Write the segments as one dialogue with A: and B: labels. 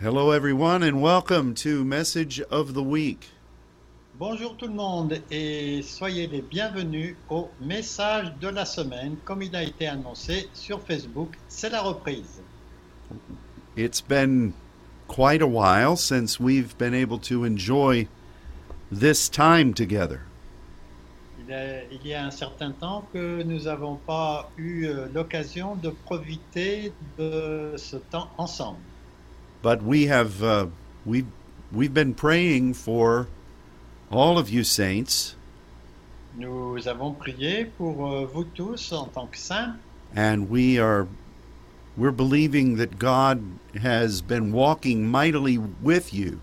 A: Hello, everyone, and welcome to Message of the Week.
B: Bonjour tout le monde et soyez les bienvenus au message de la semaine comme il a été annoncé sur Facebook. C'est la reprise.
A: It's been quite a while since we've been able to enjoy this time together.
B: Il, est- il y a un certain temps que nous n'avons pas eu euh, l'occasion de profiter de ce temps ensemble.
A: But we have uh, we've we've been praying for all of you saints,
B: Nous avons prié pour euh, vous tous en tant que saints
A: and we are we're believing that God has been walking mightily with you.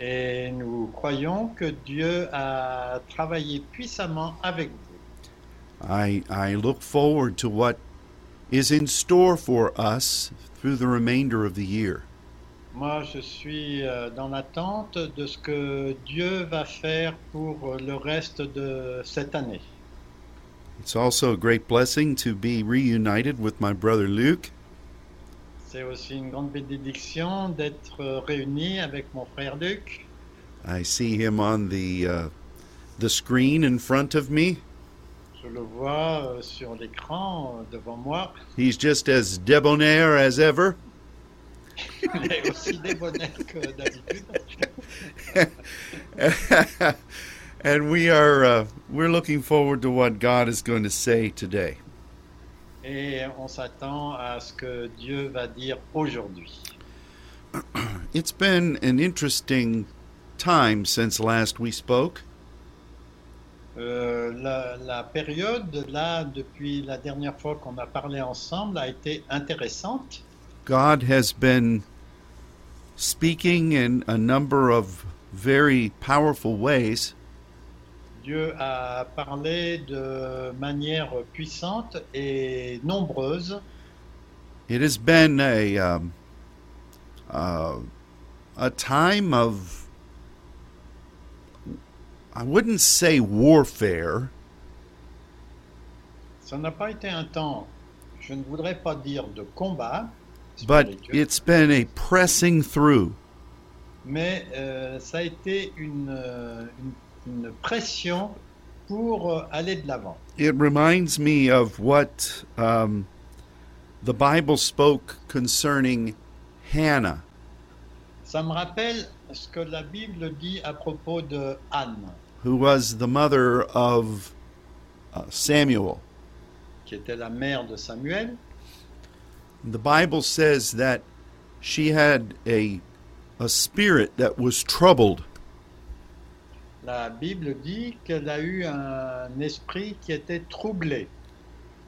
B: et nous croyons que Dieu a travaillé puissamment avec vous.
A: I I look forward to what is in store for us through the remainder of the year.
B: Moi, je suis euh, dans l'attente de ce que Dieu va faire pour euh, le reste de cette année.
A: It's also a great blessing to be reunited with my brother Luke,
B: C'est aussi une grande bénédiction d'être euh, réuni avec mon frère Luc.
A: I see him on the uh, the screen in front of me.
B: Je le vois euh, sur l'écran euh, devant moi.
A: He's just as debonair as ever,
B: Il est aussi débonnaire que d'habitude.
A: and we are uh, we're looking forward to what God is going to say today.
B: Et on s'attend à ce que Dieu va dire aujourd'hui.
A: It's been an interesting time since last we spoke.
B: Euh, la, la période, là, depuis la dernière fois qu'on a parlé ensemble, a été intéressante.
A: God has been speaking in a number of very powerful ways.
B: Dieu a parlé de manière puissante et nombreuse.
A: It has been a um, uh, a time of I wouldn't say warfare,
B: Ça n'a pas été un temps, je ne voudrais pas dire de combat,
A: but
B: spirituel,
A: it's been a pressing through.
B: mais euh, ça a été une, euh, une- une pression pour euh, aller de l'avant.
A: It reminds me of what um, the Bible spoke concerning Hannah.
B: Ça me rappelle ce que la Bible dit à propos de Anne,
A: who was the mother of uh, Samuel.
B: qui était la mère de Samuel.
A: The Bible says that she had a a spirit that was troubled.
B: La Bible dit qu'elle a eu un esprit qui était troublé.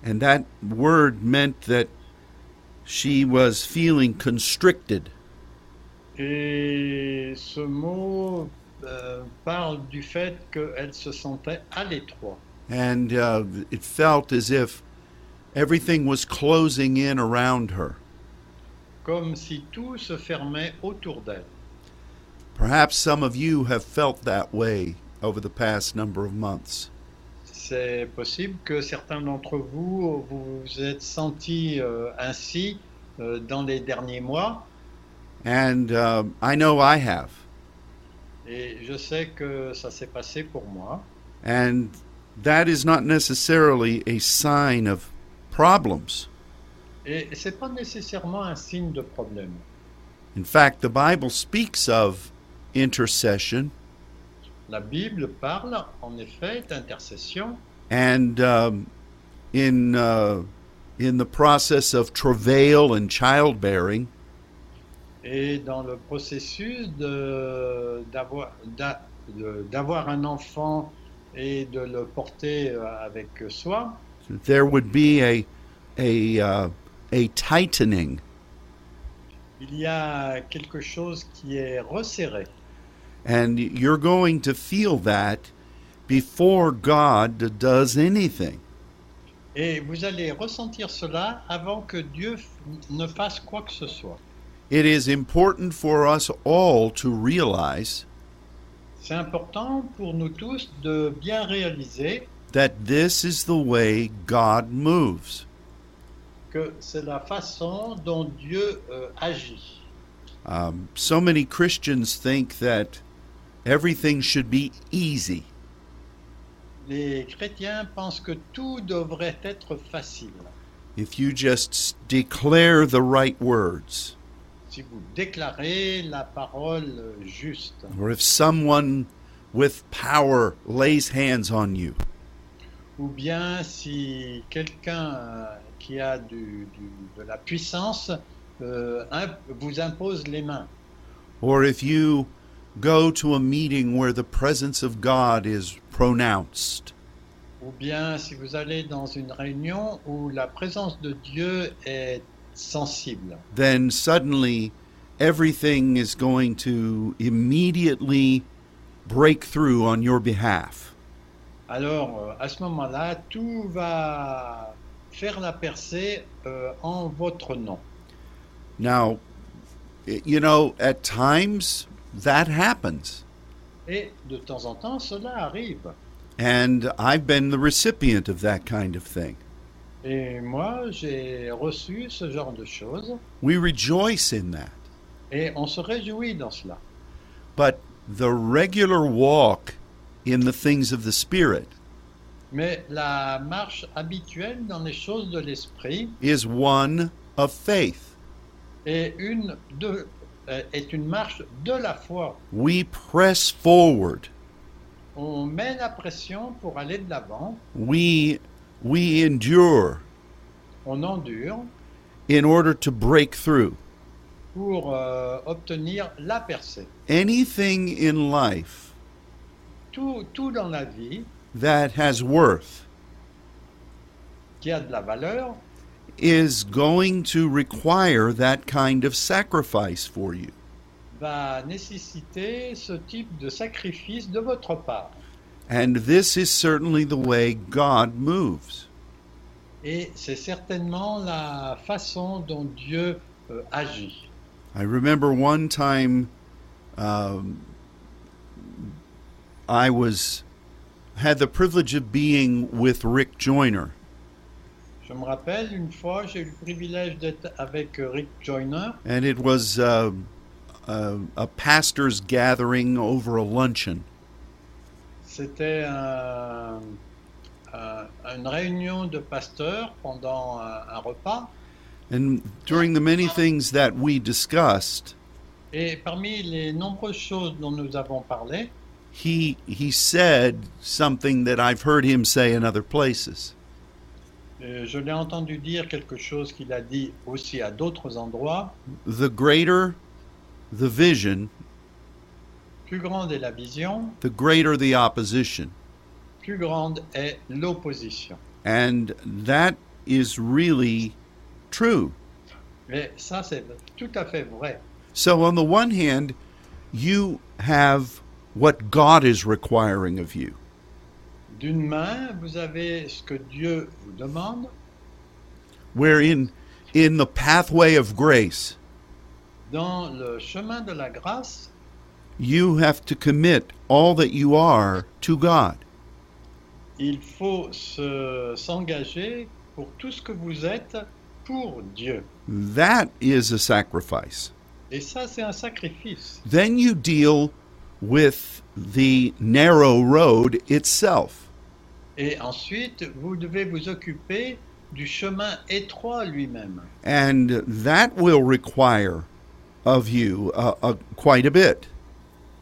A: And that word meant that she was feeling constricted.
B: Et ce mot euh, parle du fait qu'elle se sentait à l'étroit.
A: And uh, it felt as if everything was closing in around her.
B: comme si tout se fermait autour d'elle.
A: Perhaps some of you have felt that way over the past number of months.
B: C'est possible que certains d'entre vous vous vous êtes sentis euh, ainsi euh, dans les derniers mois,
A: And uh, I know I have.
B: et je sais que ça s'est passé pour moi.
A: And that is not necessarily a sign of problems.
B: Et c'est pas nécessairement un signe de problème.
A: In fact, the Bible speaks of intercession,
B: La Bible parle en effet d'intercession,
A: and um, in uh, in the process of travail and childbearing,
B: et dans le processus de- d'avoir d'a- de- d'avoir un enfant et de le porter euh, avec soi,
A: there would be a a uh, a tightening,
B: Il y a quelque chose qui est resserré
A: and you're going to feel that before God does anything.
B: et vous allez ressentir cela avant que Dieu f- ne fasse quoi que ce soit.
A: It is important for us all to realize
B: C'est important pour nous tous de bien réaliser
A: that this is the way God moves.
B: que c'est la façon dont Dieu euh, agit.
A: Um, so many Christians think that everything should be easy.
B: Les chrétiens pensent que tout devrait être facile.
A: If you just s- declare the right words,
B: Si vous déclarez la parole juste,
A: or if someone with power lays hands on you,
B: ou bien si quelqu'un euh, qui a du- du- de la puissance euh, imp- vous impose les mains,
A: or if you go to a meeting where the presence of God is pronounced,
B: ou bien si vous allez dans une réunion où la présence de Dieu est sensible,
A: then suddenly everything is going to immediately break through on your behalf.
B: alors euh, à ce moment-là, tout va faire la percée euh, en votre nom.
A: Now, i- you know, at times that happens.
B: Et de temps en temps, cela arrive.
A: And I've been the recipient of that kind of thing.
B: Et moi, j'ai reçu ce genre de choses
A: We rejoice in that.
B: et on se réjouit dans cela.
A: But the regular walk in the things of the Spirit
B: Mais la marche habituelle dans les choses de l'esprit
A: is one of faith.
B: est une, de- euh, est une marche de la foi.
A: We press forward.
B: On met la pression pour aller de l'avant,
A: We we endure
B: on endure
A: in order to break through.
B: pour euh, obtenir la percée.
A: Anything in life
B: Tout, tout dans la vie
A: that has worth
B: qui a de la valeur
A: is going to require that kind of sacrifice for you.
B: va nécessiter ce type de sacrifice de votre part.
A: And this is certainly the way God moves.
B: Et c'est certainement la façon dont Dieu euh, agit.
A: I remember one time um, I was had the privilege of being with Rick Joyner,
B: Je me rappelle, une fois, j'ai eu le privilège d'être avec euh, Rick Joyner
A: and it was uh, a, a pastor's gathering over a luncheon.
B: C'était un- un- une réunion de pasteurs pendant un, un repas.
A: And during the many things that we discussed,
B: Et parmi les nombreuses choses dont nous avons parlé,
A: he he said something that I've heard him say in other places.
B: euh, je l'ai entendu dire quelque chose qu'il a dit aussi à d'autres endroits.
A: The greater the vision,
B: Plus grande est la vision,
A: the greater the opposition.
B: plus grande est l'opposition.
A: And that is really true.
B: Mais ça, c'est tout à fait vrai.
A: So, on the one hand, you have what God is requiring of you,
B: D'une main, vous avez ce que Dieu vous demande,
A: wherein in the pathway of grace,
B: dans le chemin de la grâce,
A: you have to commit all that you are to God.
B: il faut se- s'engager pour tout ce que vous êtes pour Dieu.
A: That is a sacrifice.
B: Et ça, c'est un sacrifice.
A: Then you deal with the narrow road itself.
B: Et ensuite, vous devez vous occuper du chemin étroit lui-même.
A: And that will require of you uh, uh, quite a bit.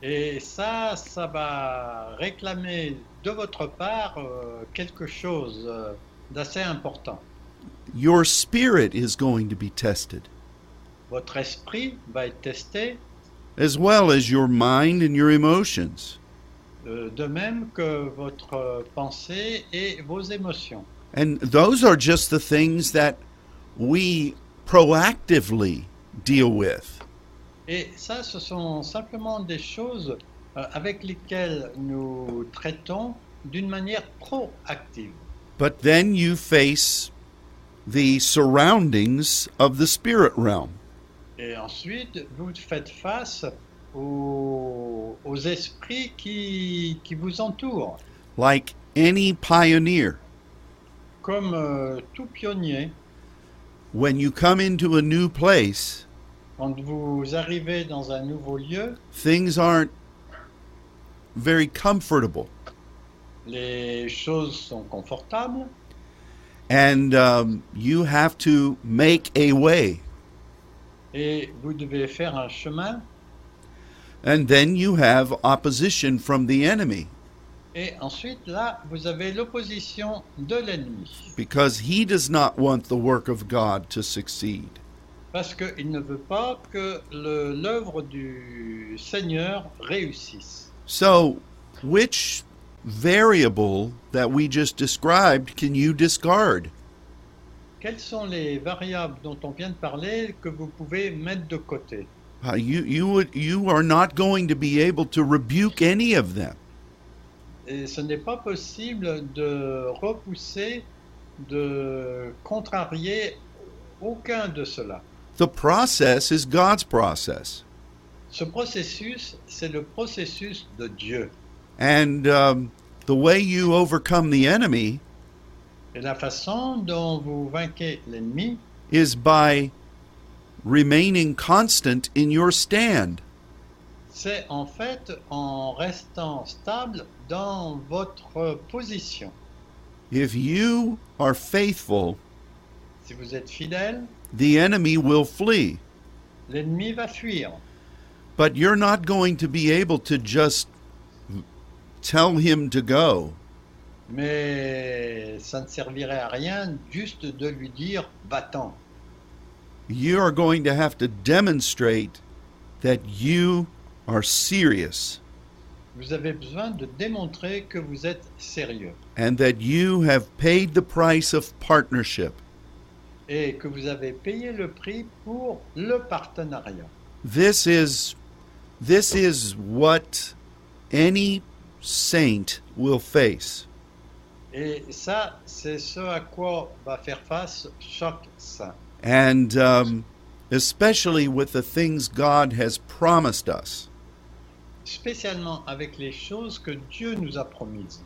B: Et ça, ça va réclamer de votre part euh, quelque chose euh, d'assez important.
A: Your spirit is going to be tested,
B: Votre esprit va être testé,
A: as well as your mind and your emotions.
B: euh, de même que votre euh, pensée et vos émotions.
A: And those are just the things that we proactively deal with.
B: Et ça, ce sont simplement des choses euh, avec lesquelles nous traitons d'une manière proactive.
A: But then you face the surroundings of the spirit realm.
B: Et ensuite, vous faites face aux, aux esprits qui, qui vous entourent.
A: Like any pioneer,
B: Comme euh, tout pionnier,
A: when you come into a new place,
B: Quand vous arrivez dans un nouveau lieu,
A: Things aren't very comfortable.
B: les choses sont confortables
A: And um, you have to make a way.
B: et vous devez faire un chemin
A: And then you have opposition from the enemy
B: et ensuite là, vous avez l'opposition de l'ennemi
A: because he does not want the work of God to succeed.
B: parce qu'il ne veut pas que le- l'œuvre du Seigneur réussisse.
A: So, which variable that we just described can you discard?
B: Quelles sont les variables dont on vient de parler que vous pouvez mettre de côté
A: Uh, you you would you are not going to be able to rebuke any of them.
B: Et ce n'est pas possible de repousser, de contrarier aucun de cela.
A: The process is God's process,
B: Ce processus, c'est le processus de Dieu.
A: and um, the way you overcome the enemy
B: Et la façon dont vous vainquez l'ennemi,
A: is by remaining constant in your stand.
B: c'est en fait en restant stable dans votre position.
A: If you are faithful,
B: Si vous êtes fidèle,
A: the enemy will flee.
B: l'ennemi va fuir.
A: But you're not going to be able to just tell him to go.
B: Mais ça ne servirait à rien juste de lui dire va-t'en.
A: You are going to have to demonstrate that you are serious
B: Vous avez besoin de démontrer que vous êtes sérieux
A: and that you have paid the price of partnership.
B: et que vous avez payé le prix pour le partenariat.
A: This is this is what any saint will face.
B: Et ça, c'est ce à quoi va faire face chaque saint.
A: And um, especially with the things God has promised us.
B: Spécialement avec les choses que Dieu nous a promises.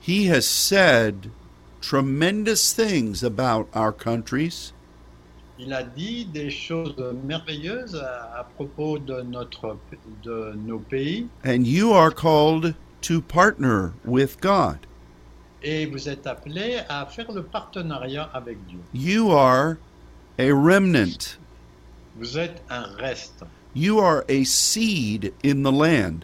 A: He has said tremendous things about our countries,
B: Il a dit des choses merveilleuses à, à propos de, notre, de nos pays
A: and you are called to partner with God.
B: et vous êtes appelés à faire le partenariat avec Dieu.
A: You are a remnant.
B: Vous êtes un reste.
A: You are a seed in the land.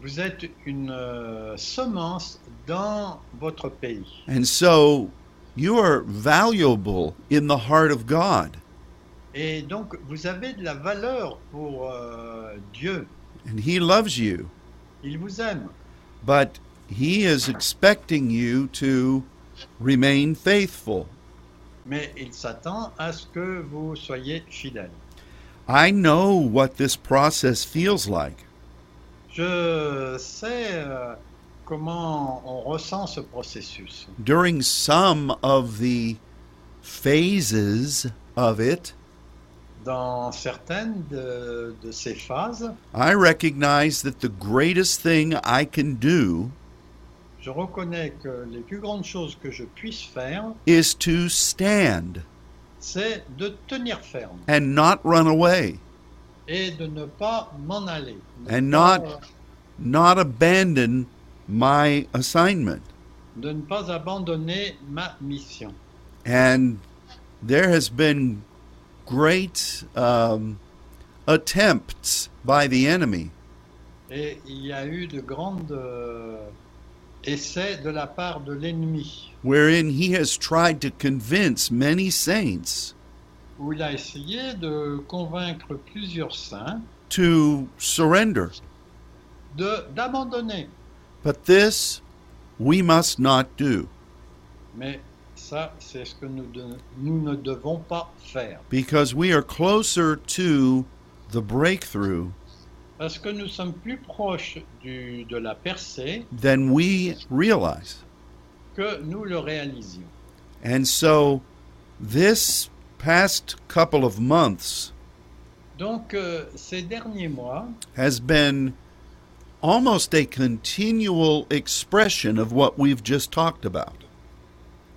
B: Vous êtes une euh, semence dans votre pays.
A: And so you are valuable in the heart of God.
B: Et donc, vous avez de la valeur pour euh, Dieu.
A: And He loves you.
B: Il vous aime.
A: But He is expecting you to remain faithful.
B: Mais il s'attend à ce que vous soyez fidèle.
A: I know what this process feels like.
B: Je sais euh, comment on ressent ce processus.
A: During some of the phases of it,
B: Dans certaines de, de ces phases,
A: I recognize that the greatest thing I can do
B: je reconnais que les plus grandes choses que je puisse faire,
A: is to stand
B: c'est de tenir ferme
A: and not run away,
B: et de ne pas m'en aller. Ne
A: And
B: pas,
A: not-
B: euh,
A: not abandon my assignment.
B: de ne pas abandonner ma mission.
A: And there has been great um, attempts by the enemy
B: Et il y a eu de grandes euh, essais de la part de l'ennemi,
A: wherein he has tried to convince many saints
B: où il a essayé de convaincre plusieurs saints
A: to surrender.
B: de d'abandonner.
A: But this we must not do
B: Mais ça, c'est ce que nous, de- nous ne devons pas faire.
A: because we are closer to the breakthrough
B: Parce que nous sommes plus proches du, de la percée
A: than we realize.
B: que nous le réalisions.
A: And so this past couple of months
B: Donc euh, ces derniers mois,
A: has been almost a continual expression of what we've just talked about.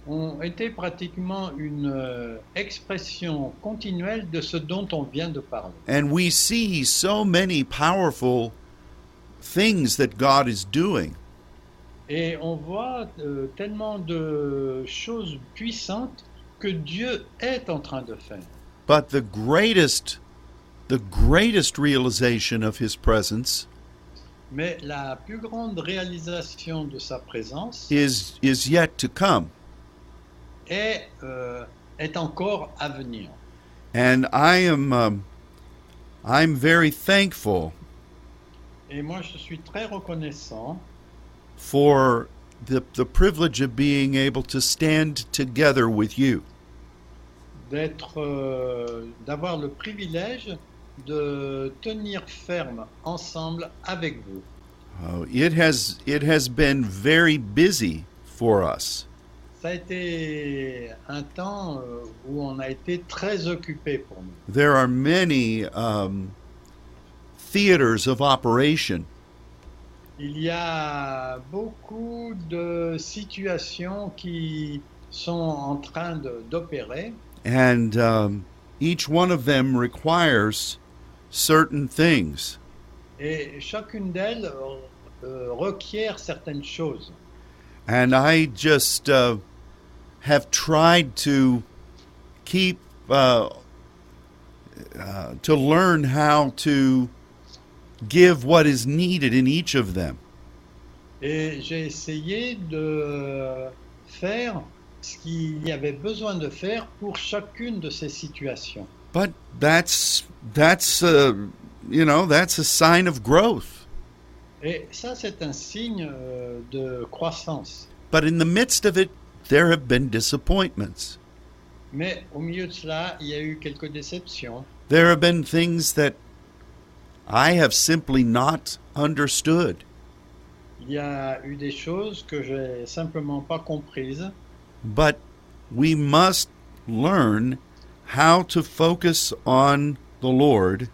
B: ont été pratiquement une euh, expression continuelle de ce dont on vient de parler.
A: And we see so many powerful things that God is doing.
B: Et on voit euh, tellement de choses puissantes que Dieu est en train de faire.
A: But the greatest, the greatest realization of His presence
B: Mais la plus grande réalisation de sa présence
A: is, is yet to come.
B: est, euh, est encore à venir.
A: And I am, um, I'm very thankful
B: Et moi, je suis très reconnaissant
A: for the, the privilege of being able to stand together with you.
B: d'être, euh, d'avoir le privilège de tenir ferme ensemble avec vous.
A: Uh, it has it has been very busy for us,
B: Ça a été un temps euh, où on a été très occupé pour nous.
A: there are many um, theaters of operation,
B: Il y a beaucoup de situations qui sont en train de- d'opérer
A: and um, each one of them requires certain things.
B: et chacune d'elles euh, euh, requiert certaines choses.
A: And I just uh, have tried to keep uh, uh, to learn how to give what is needed in each of them.
B: Et j'ai essayé de faire ce qu'il y avait besoin de faire pour chacune de ces situations.
A: But that's that's uh, you know that's a sign of growth.
B: Et ça, c'est un signe euh, de croissance.
A: But in the midst of it, there have been disappointments.
B: Mais au milieu de cela, il y a eu quelques déceptions.
A: There have been things that I have simply not understood.
B: Il y a eu des choses que j'ai simplement pas comprises.
A: But we must learn how to focus on the Lord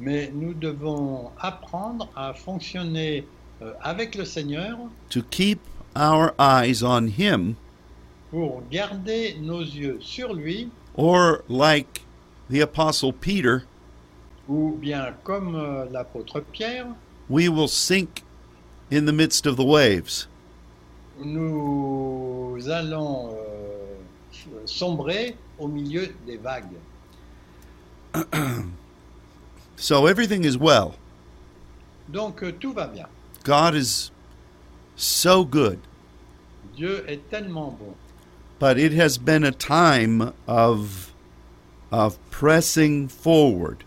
B: Mais nous devons apprendre à fonctionner euh, avec le Seigneur
A: to keep our eyes on Him,
B: pour garder nos yeux sur lui,
A: or like the Apostle Peter,
B: ou bien comme euh, l'apôtre Pierre,
A: we will sink in the midst of the waves.
B: nous allons euh, sombrer au milieu des vagues.
A: So everything is well.
B: Donc euh, tout va bien.
A: God is so good,
B: Dieu est tellement bon.
A: but it has been a time of of pressing forward.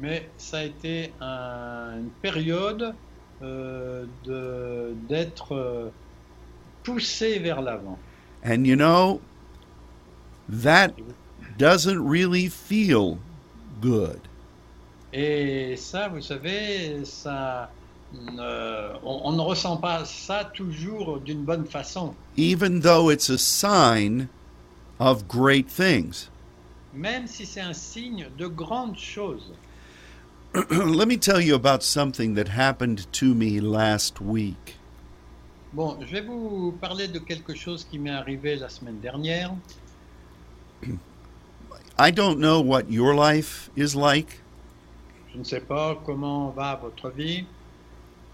B: Mais ça a été un- une période euh, de- d'être euh, poussé vers l'avant.
A: And you know, that doesn't really feel good.
B: Et ça, vous savez, ça, euh, on, on ne ressent pas ça toujours d'une bonne façon,
A: Even though it's a sign of great things.
B: même si c'est un signe de grandes choses.
A: Let me tell you about something that happened to me last week.
B: Bon, je vais vous parler de quelque chose qui m'est arrivé la semaine dernière.
A: I don't know what your life is like,
B: Je ne sais pas comment va votre vie,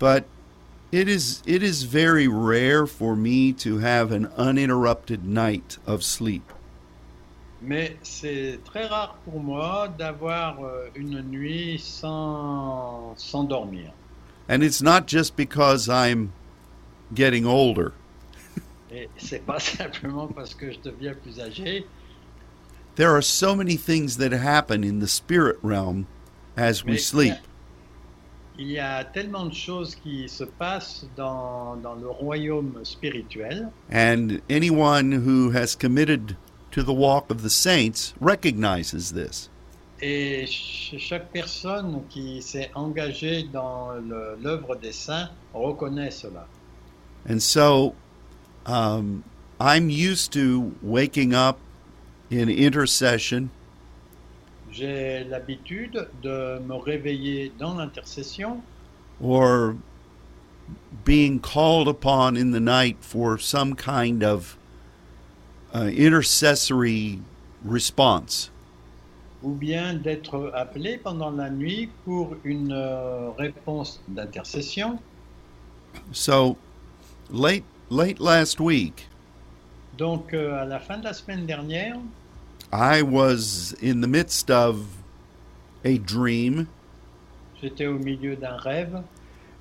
A: but it is it is very rare for me to have an uninterrupted night of sleep.
B: mais c'est très rare pour moi d'avoir euh, une nuit sans, sans dormir.
A: And it's not just because I'm getting older.
B: Et c'est pas simplement parce que je deviens plus âgé,
A: There are so many things that happen in the spirit realm as we
B: mais
A: sleep.
B: il y a tellement de choses qui se passent dans, dans le royaume spirituel.
A: And anyone who has committed to the walk of the saints recognizes this.
B: Et ch- chaque personne qui s'est engagée dans le- l'œuvre des saints reconnaît cela.
A: And so um, I'm used to waking up in intercession
B: J'ai l'habitude de me réveiller dans l'intercession
A: or being called upon in the night for some kind of uh, intercessory response.
B: ou bien d'être appelé pendant la nuit pour une euh, réponse d'intercession.
A: So late late last week,
B: Donc euh, à la fin de la semaine dernière,
A: I was in the midst of a dream,
B: j'étais au milieu d'un rêve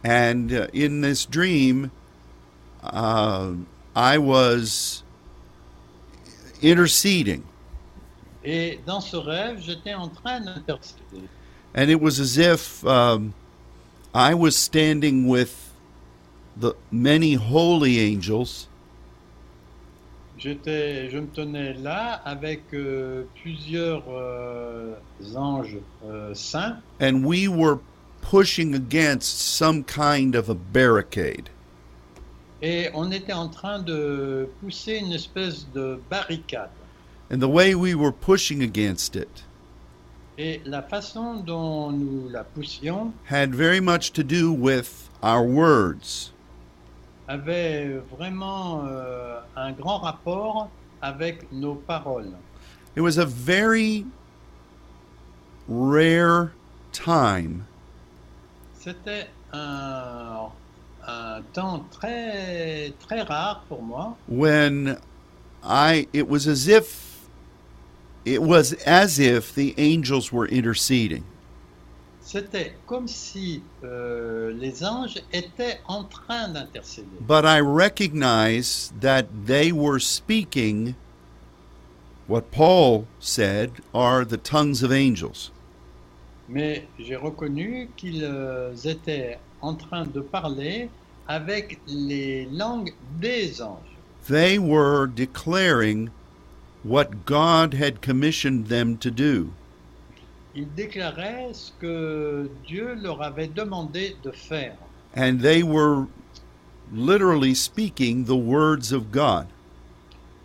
A: and uh, in this dream, uh, I was interceding,
B: et dans ce rêve, j'étais en train d'intercéder.
A: and it was as if um, I was standing with the many holy angels,
B: J'étais, je me tenais là avec euh, plusieurs euh, anges euh, saints
A: and we were pushing against some kind of a barricade.
B: et on était en train de pousser une espèce de barricade.
A: And the way we were pushing against it
B: Et la façon dont nous la poussions
A: had very much to do with our words.
B: avait vraiment euh, un grand rapport avec nos paroles.
A: It was a very rare time
B: C'était un, un temps très très rare pour moi
A: when I it was as if it was as if the angels were interceding.
B: C'était comme si euh, les anges étaient en train d'intercéder.
A: But I recognized that they were speaking what Paul said are the tongues of angels.
B: Mais j'ai reconnu qu'ils euh, étaient en train de parler avec les langues des anges.
A: They were declaring what God had commissioned them to do.
B: Ils déclaraient ce que Dieu leur avait demandé de faire.
A: and they were literally speaking the words of God.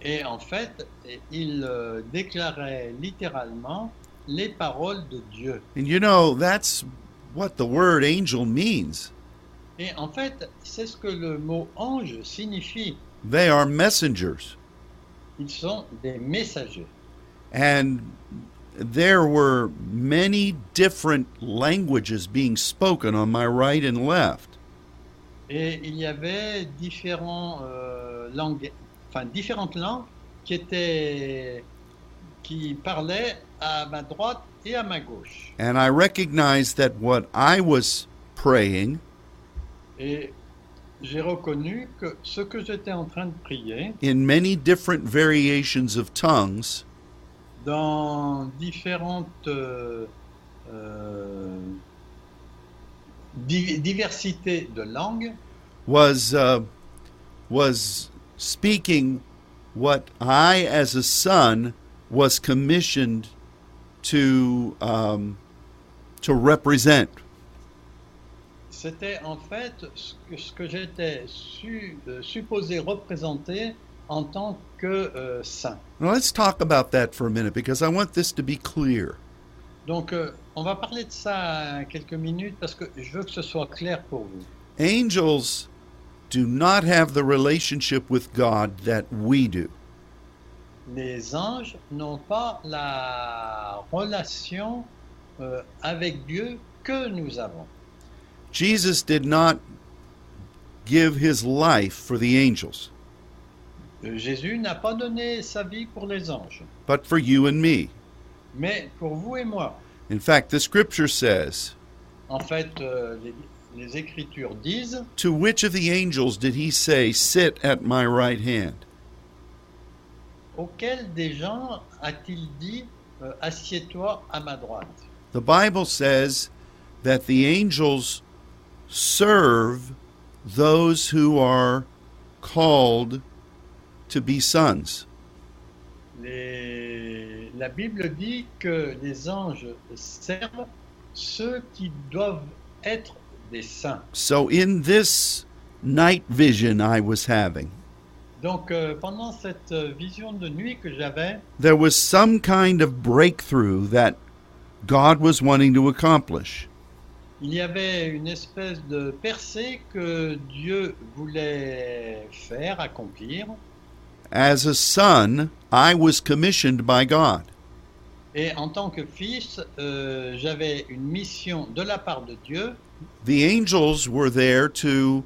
B: Et en fait, ils euh, déclaraient littéralement les paroles de Dieu.
A: And you know, that's what the word angel means.
B: Et en fait, c'est ce que le mot ange signifie.
A: They are messengers.
B: Ils sont des messagers.
A: And there were many different languages being spoken on my right and left.
B: Et il y avait différents, euh, langues, enfin, différentes langues qui, étaient, qui parlaient à ma droite et à ma gauche.
A: And I recognized that what I was praying
B: Et j'ai reconnu que ce que j'étais en train de prier,
A: in many different variations of tongues
B: dans différentes euh, euh, di- diversités de langues,
A: was uh, was speaking what I, as a son, was commissioned to um, to represent.
B: c'était en fait ce que, ce que j'étais su- euh, supposé représenter en tant que euh, saint.
A: Now let's talk about that for a minute because I want this to be clear.
B: Donc, euh, on va parler de ça euh, quelques minutes parce que je veux que ce soit clair pour vous.
A: Angels do not have the relationship with God that we do.
B: Les anges n'ont pas la relation euh, avec Dieu que nous avons.
A: Jesus did not give his life for the angels,
B: Euh, Jésus n'a pas donné sa vie pour les anges,
A: but for you and me.
B: mais pour vous et moi.
A: In fact, the scripture says,
B: En fait, euh, les, les Écritures disent
A: To which of the angels did he say, Sit at my right hand?
B: auquel des gens a-t-il dit euh, assieds-toi à ma droite
A: The Bible says that the angels serve those who are called to be sons.
B: Les- La Bible dit que les anges servent ceux qui doivent être des saints.
A: So in this night vision I was having,
B: Donc euh, pendant cette euh, vision de nuit que j'avais,
A: there was some kind of breakthrough that God was wanting to accomplish.
B: il y avait une espèce de percée que Dieu voulait faire, accomplir,
A: As a son, I was commissioned by God.
B: Et en tant que fils, euh, j'avais une mission de la part de Dieu.
A: The angels were there to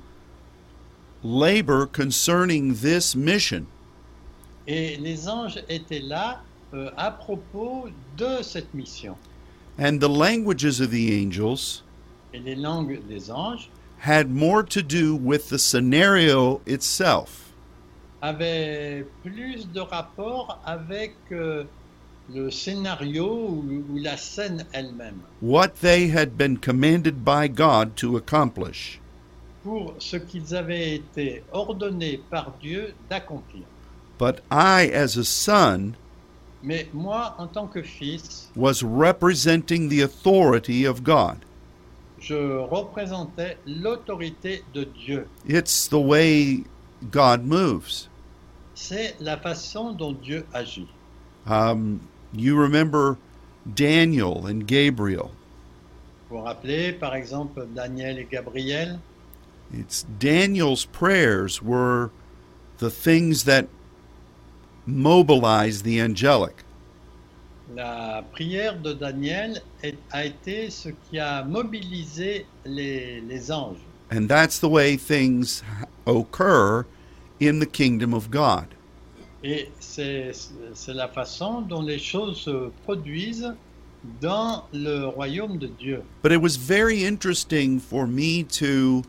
A: labor concerning this mission.
B: Et les anges étaient là euh, à propos de cette mission.
A: And the languages of the angels
B: Et les langues des anges
A: had more to do with the scenario itself
B: avaient plus de rapport avec euh, le scénario ou, ou la scène elle-même
A: what they had been commanded by God to accomplish.
B: pour ce qu'ils avaient été ordonnés par Dieu d'accomplir.
A: But I, as a son,
B: Mais moi, en tant que fils,
A: was representing the authority of God.
B: je représentais l'autorité de Dieu.
A: It's the way God moves.
B: C'est la façon dont Dieu agit.
A: Um, you remember Daniel and Gabriel.
B: Vous vous rappelez, par exemple, Daniel et Gabriel
A: It's Daniel's prayers were the things that mobilized the angelic.
B: La prière de Daniel est- a été ce qui a mobilisé les, les anges.
A: And that's the way things occur in the kingdom of God.
B: Et c'est c'est la façon dont les choses se produisent dans le royaume de Dieu.
A: But it was very interesting for me to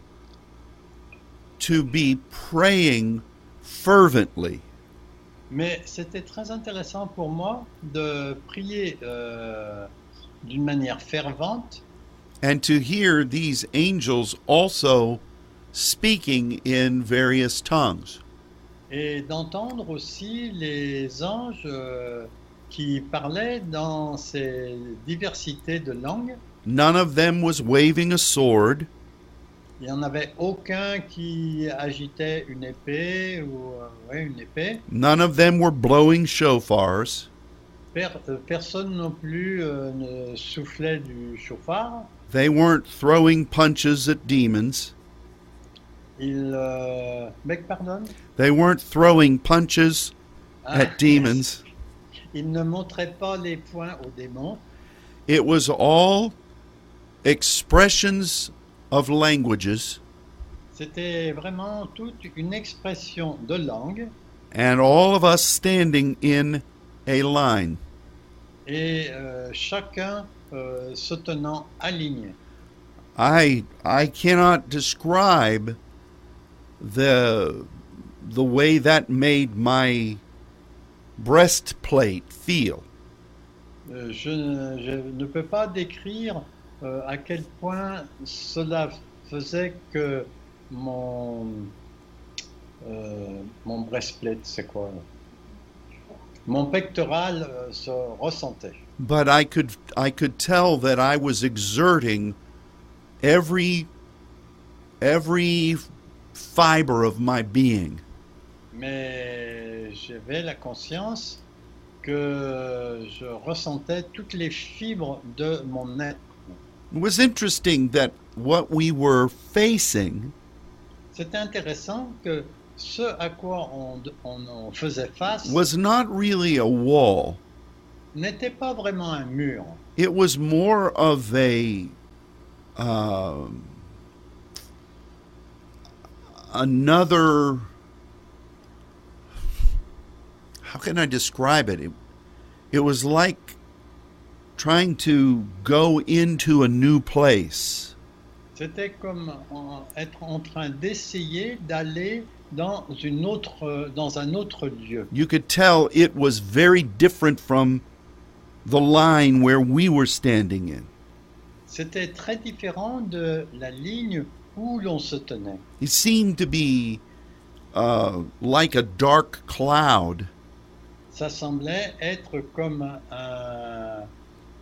A: to be praying fervently
B: Mais c'était très intéressant pour moi de prier euh, d'une manière fervente
A: and to hear these angels also speaking in various tongues.
B: et d'entendre aussi les anges euh, qui parlaient dans ces diversités de langues.
A: None of them was waving a sword.
B: Il n'y en avait aucun qui agitait une épée ou euh, ouais, une épée.
A: None of them were blowing shofars.
B: Per- euh, personne non plus euh, ne soufflait du chauffard.
A: They weren't throwing punches at demons.
B: Il, euh, mec, pardon.
A: They weren't throwing punches
B: Ah,
A: at demons.
B: Il ne montrait pas les poings aux démons.
A: It was all expressions of languages
B: C'était vraiment toute une expression de langue
A: and all of us standing in a line.
B: et euh, chacun euh, se tenant aligné.
A: I I cannot describe the the way that made my breastplate feel.
B: Euh, je, ne- je ne peux pas décrire euh, à quel point cela faisait que mon, euh, mon breastplate, c'est quoi Mon pectoral euh, se ressentait.
A: but I could I could tell that I was exerting every every fiber of my being.
B: Mais j'avais la conscience que je ressentais toutes les fibres de mon être.
A: It was interesting that what we were facing
B: C'était intéressant que ce à quoi on, on- on faisait face
A: was not really a wall.
B: n'était pas vraiment un mur.
A: It was more of a um, another. How can I describe it? it? It was like trying to go into a new place.
B: C'était comme en- être en train d'essayer d'aller dans, une autre, dans un autre lieu.
A: You could tell it was very different from the line where we were standing in.
B: C'était très différent de la ligne où l'on se tenait.
A: It seemed to be uh, like a dark cloud
B: Ça semblait être comme un,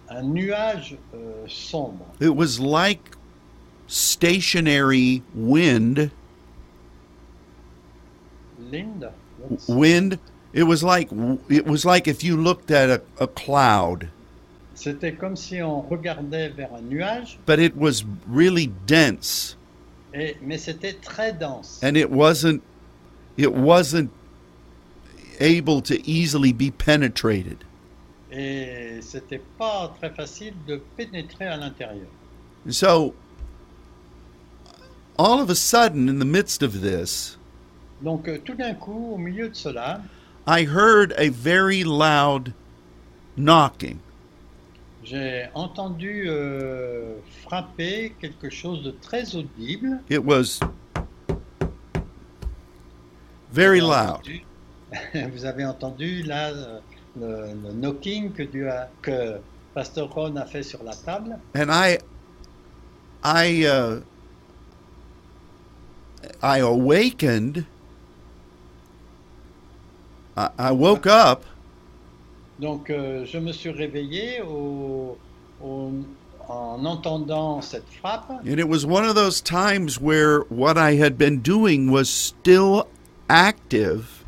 B: un nuage euh, sombre.
A: It was like stationary wind.
B: Lind,
A: W- Wind. It was like it was like if you looked at a, a cloud,
B: c'était comme si on regardait vers un nuage,
A: but it was really dense,
B: et, mais c'était très dense.
A: and it wasn't. It wasn't. able to easily be penetrated.
B: et c'était pas très facile de pénétrer à l'intérieur.
A: So, all of a sudden, in the midst of this,
B: Donc euh, tout d'un coup, au milieu de cela,
A: I heard a very loud knocking.
B: j'ai entendu euh, frapper quelque chose de très audible.
A: It was very
B: J'ai
A: loud.
B: entendu- Vous avez entendu là euh, le, le knocking que, Dieu a- que Pasteur Ron a fait sur la table.
A: And I, I, uh, I awakened. I, I woke up
B: Donc euh, je me suis réveillé au- au- en entendant cette frappe.
A: And it was one of those times where what I had been doing was still active,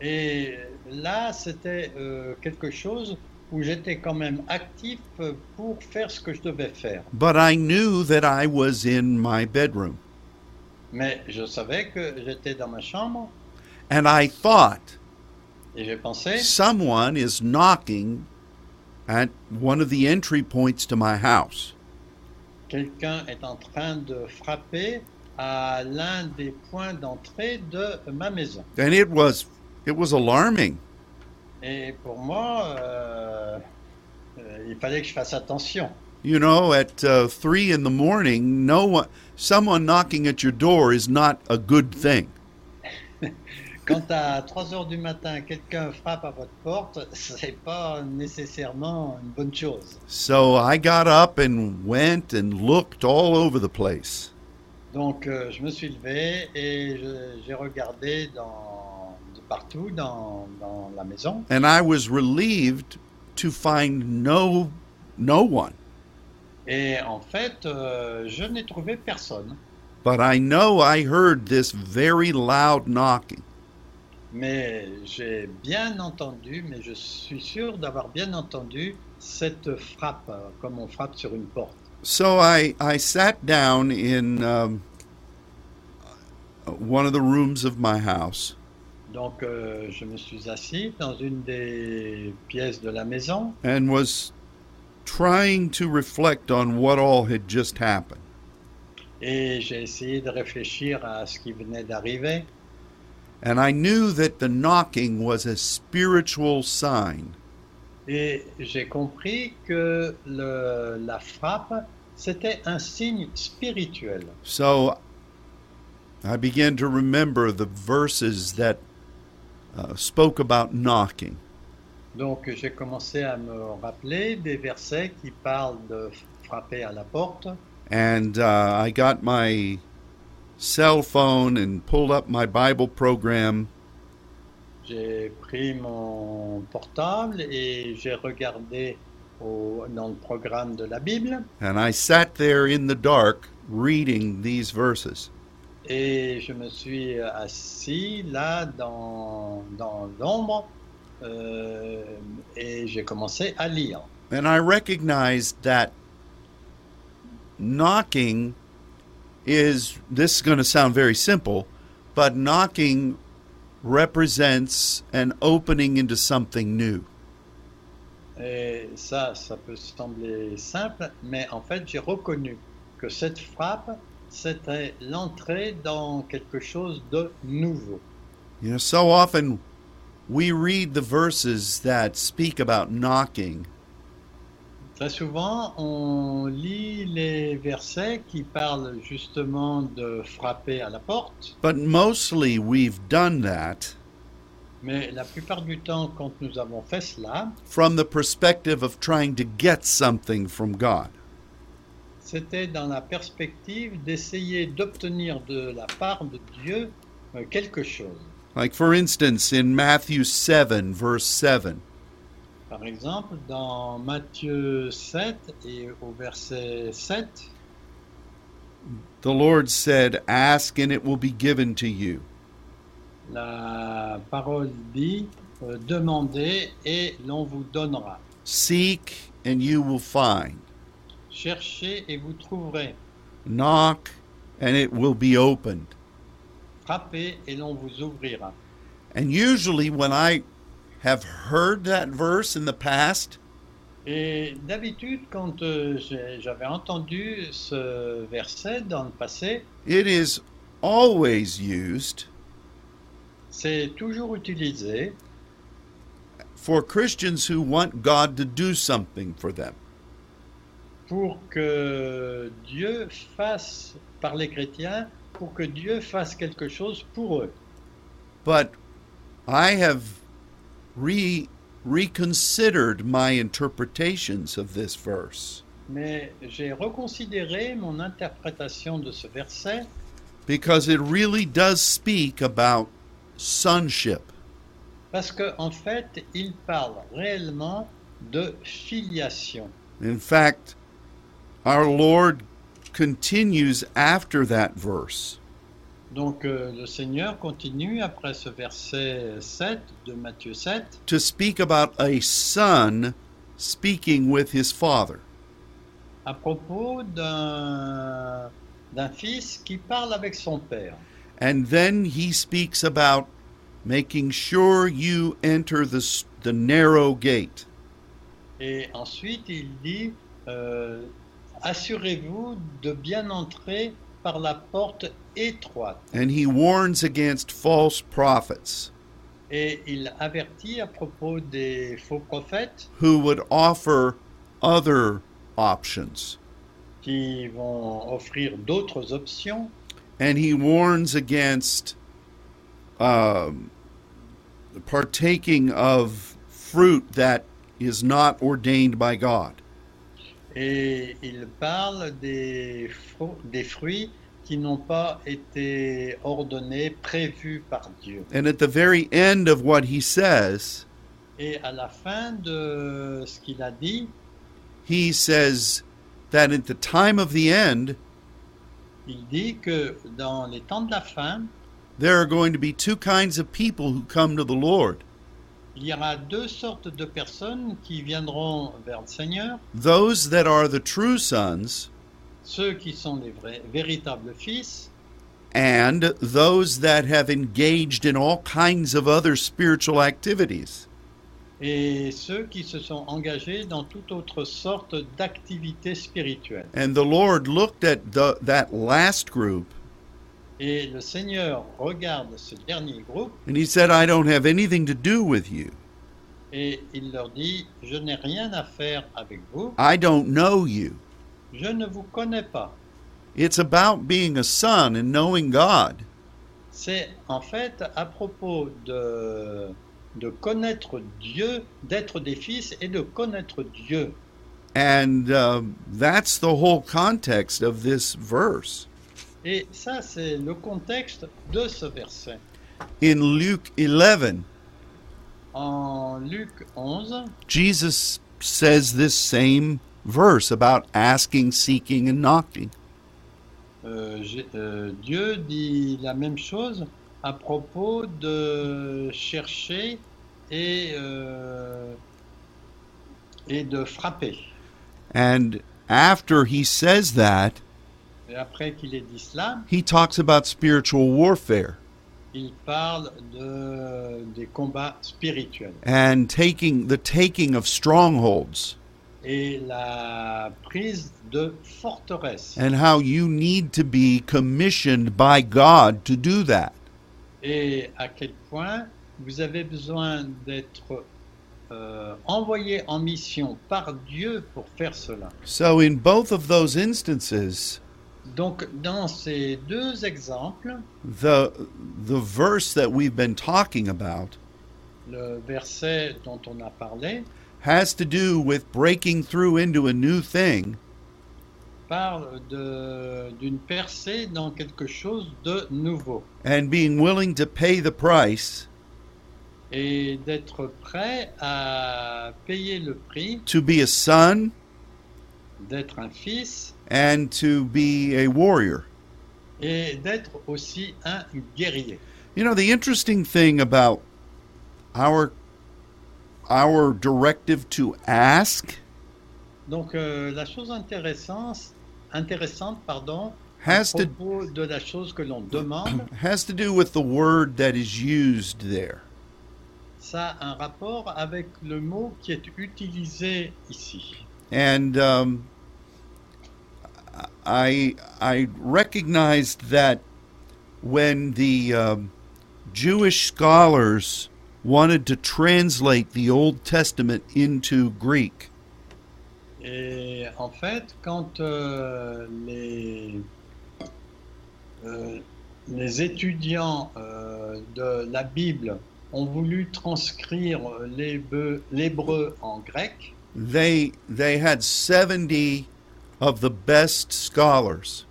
B: Et là, c'était euh, quelque chose où j'étais quand même actif euh, pour faire ce que je devais faire.
A: but I knew that I was in my bedroom.
B: Mais je savais que j'étais dans ma chambre
A: And I thought,
B: et j'ai pensé,
A: someone is knocking at one of the entry points to my house.
B: quelqu'un est en train de frapper à l'un des points d'entrée de ma maison.
A: And it was it was alarming.
B: Et pour moi, euh, euh, il fallait que je fasse attention.
A: You know, at uh, three in the morning, no one, someone knocking at your door is not a good thing.
B: Quand à 3 heures du matin, quelqu'un frappe à votre porte, c'est pas nécessairement une bonne chose.
A: So I got up and went and looked all over the place.
B: Donc euh, je me suis levé et je- j'ai regardé dans, de partout dans, dans la maison
A: and I was relieved to find no no one.
B: et en fait euh, je n'ai trouvé personne.
A: But I know I heard this very loud knocking.
B: Mais j'ai bien entendu, mais je suis sûr d'avoir bien entendu cette frappe, euh, comme on frappe sur une porte.
A: So I I sat down in um, one of the rooms of my house,
B: Donc euh, je me suis assis dans une des pièces de la maison
A: and was trying to reflect on what all had just happened.
B: et j'ai essayé de réfléchir à ce qui venait d'arriver.
A: And I knew that the knocking was a spiritual sign
B: Et j'ai compris que le- la frappe, c'était un signe spirituel.
A: So I began to remember the verses that uh, spoke about knocking.
B: Donc j'ai commencé à me rappeler des versets qui parlent de frapper à la porte.
A: And uh, I got my cell phone and pulled up my Bible program.
B: J'ai pris mon portable et j'ai regardé au- dans le programme de la Bible
A: And I sat there in the dark reading these verses.
B: et je me suis assis là dans, dans l'ombre euh, et j'ai commencé à lire.
A: And I recognized that knocking is, this is going to sound very simple, but knocking represents an opening into something new.
B: Et ça, ça peut sembler simple, mais en fait, j'ai reconnu que cette frappe, c'était l'entrée dans quelque chose de nouveau.
A: You know, so often we read the verses that speak about knocking,
B: Très souvent, on lit les versets qui parlent justement de frapper à la porte,
A: but mostly we've done that
B: mais la plupart du temps, quand nous avons fait cela,
A: from the perspective of trying to get something from God.
B: c'était dans la perspective d'essayer d'obtenir de la part de Dieu euh, quelque chose.
A: Like, for instance, in Matthew 7, verse 7,
B: Par exemple, dans Matthieu 7 et au verset 7,
A: the Lord said, Ask and it will be given to you.
B: la parole dit euh, Demandez et l'on vous donnera.
A: Seek and you will find.
B: Cherchez et vous trouverez.
A: Knock and it will be opened.
B: Frappez et l'on vous ouvrira.
A: And usually, when I have heard that verse in the past,
B: Et d'habitude, quand euh, j'ai- j'avais entendu ce verset dans le passé,
A: it is always used
B: c'est toujours utilisé
A: for Christians who want God to do something for them.
B: pour que Dieu fasse, par les chrétiens, pour que Dieu fasse quelque chose pour eux.
A: But I have re- reconsidered my interpretations of this verse
B: Mais j'ai reconsidéré mon interprétation de ce verset
A: because it really does speak about sonship.
B: parce qu'en en fait, il parle réellement de filiation.
A: In fact, our Lord continues after that verse.
B: Donc euh, le Seigneur continue après ce verset 7 de Matthieu 7
A: to speak about a son speaking with his father.
B: à propos d'un d'un fils qui parle avec son père.
A: And then he speaks about making sure you enter the, s- the narrow gate.
B: Et ensuite il dit, euh, assurez-vous de bien entrer par la porte étroite.
A: And he warns against false prophets
B: Et il avertit à propos des faux prophètes
A: who would offer other options.
B: qui vont offrir d'autres options.
A: And he warns against um, partaking of fruit that is not ordained by God.
B: Et il parle des, fru- des fruits qui n'ont pas été ordonnés, prévus par Dieu.
A: And at the very end of what he says,
B: Et à la fin de ce qu'il a dit,
A: he says that at the time of the end,
B: il dit que dans les temps de la fin,
A: there are going to be two kinds of people who come to the Lord
B: il y aura deux sortes de personnes qui viendront vers le Seigneur,
A: those that are the true sons
B: ceux qui sont les vrais, véritables fils
A: and those that have engaged in all kinds of other spiritual activities.
B: et ceux qui se sont engagés dans toute autre sorte d'activité spirituelle.
A: And the Lord looked at the, that last group
B: Et le Seigneur regarde ce dernier groupe
A: and he said, I don't have anything to do with you.
B: et il leur dit, je n'ai rien à faire avec vous,
A: I don't know you.
B: je ne vous connais pas.
A: It's about being a son and knowing God.
B: C'est en fait à propos de, de connaître Dieu, d'être des fils et de connaître Dieu.
A: And um, that's the whole context of this verse.
B: Et ça, c'est le contexte de ce verset.
A: In Luke 11,
B: En Luc 11,
A: Jesus says this same verse about asking, seeking, and knocking.
B: euh, J- euh, Dieu dit la même chose à propos de chercher et, euh, et de frapper.
A: And after he says that,
B: Et après qu'il ait dit cela,
A: he talks about spiritual warfare
B: il parle de, des combats spirituels
A: and taking the taking of strongholds
B: et la prise de forteresse
A: and how you need to be commissioned by God to do that.
B: et à quel point vous avez besoin d'être euh, envoyé en mission par Dieu pour faire cela.
A: So in both of those instances,
B: Donc dans ces deux exemples,
A: the the verse that we've been talking about
B: le verset dont on a parlé
A: has to do with breaking through into a new thing
B: parle de- d'une percée dans quelque chose de nouveau
A: and being willing to pay the price
B: et d'être prêt à payer le prix
A: to be a son
B: d'être un fils
A: and to be a warrior.
B: et d'être aussi un guerrier.
A: You know, the interesting thing about our our directive to ask
B: Donc euh, la chose intéressante, intéressante pardon,
A: has
B: à
A: to
B: propos de la chose que l'on demande,
A: has to do with the word that is used there.
B: ça a un rapport avec le mot qui est utilisé ici.
A: and um, I I recognized that when the um, Jewish scholars wanted to translate the Old Testament into Greek,
B: Et en fait, quand euh, les, euh, les étudiants euh, de la Bible ont voulu transcrire l'hébe- l'hébreu en grec,
A: they they had seventy of the best scholars,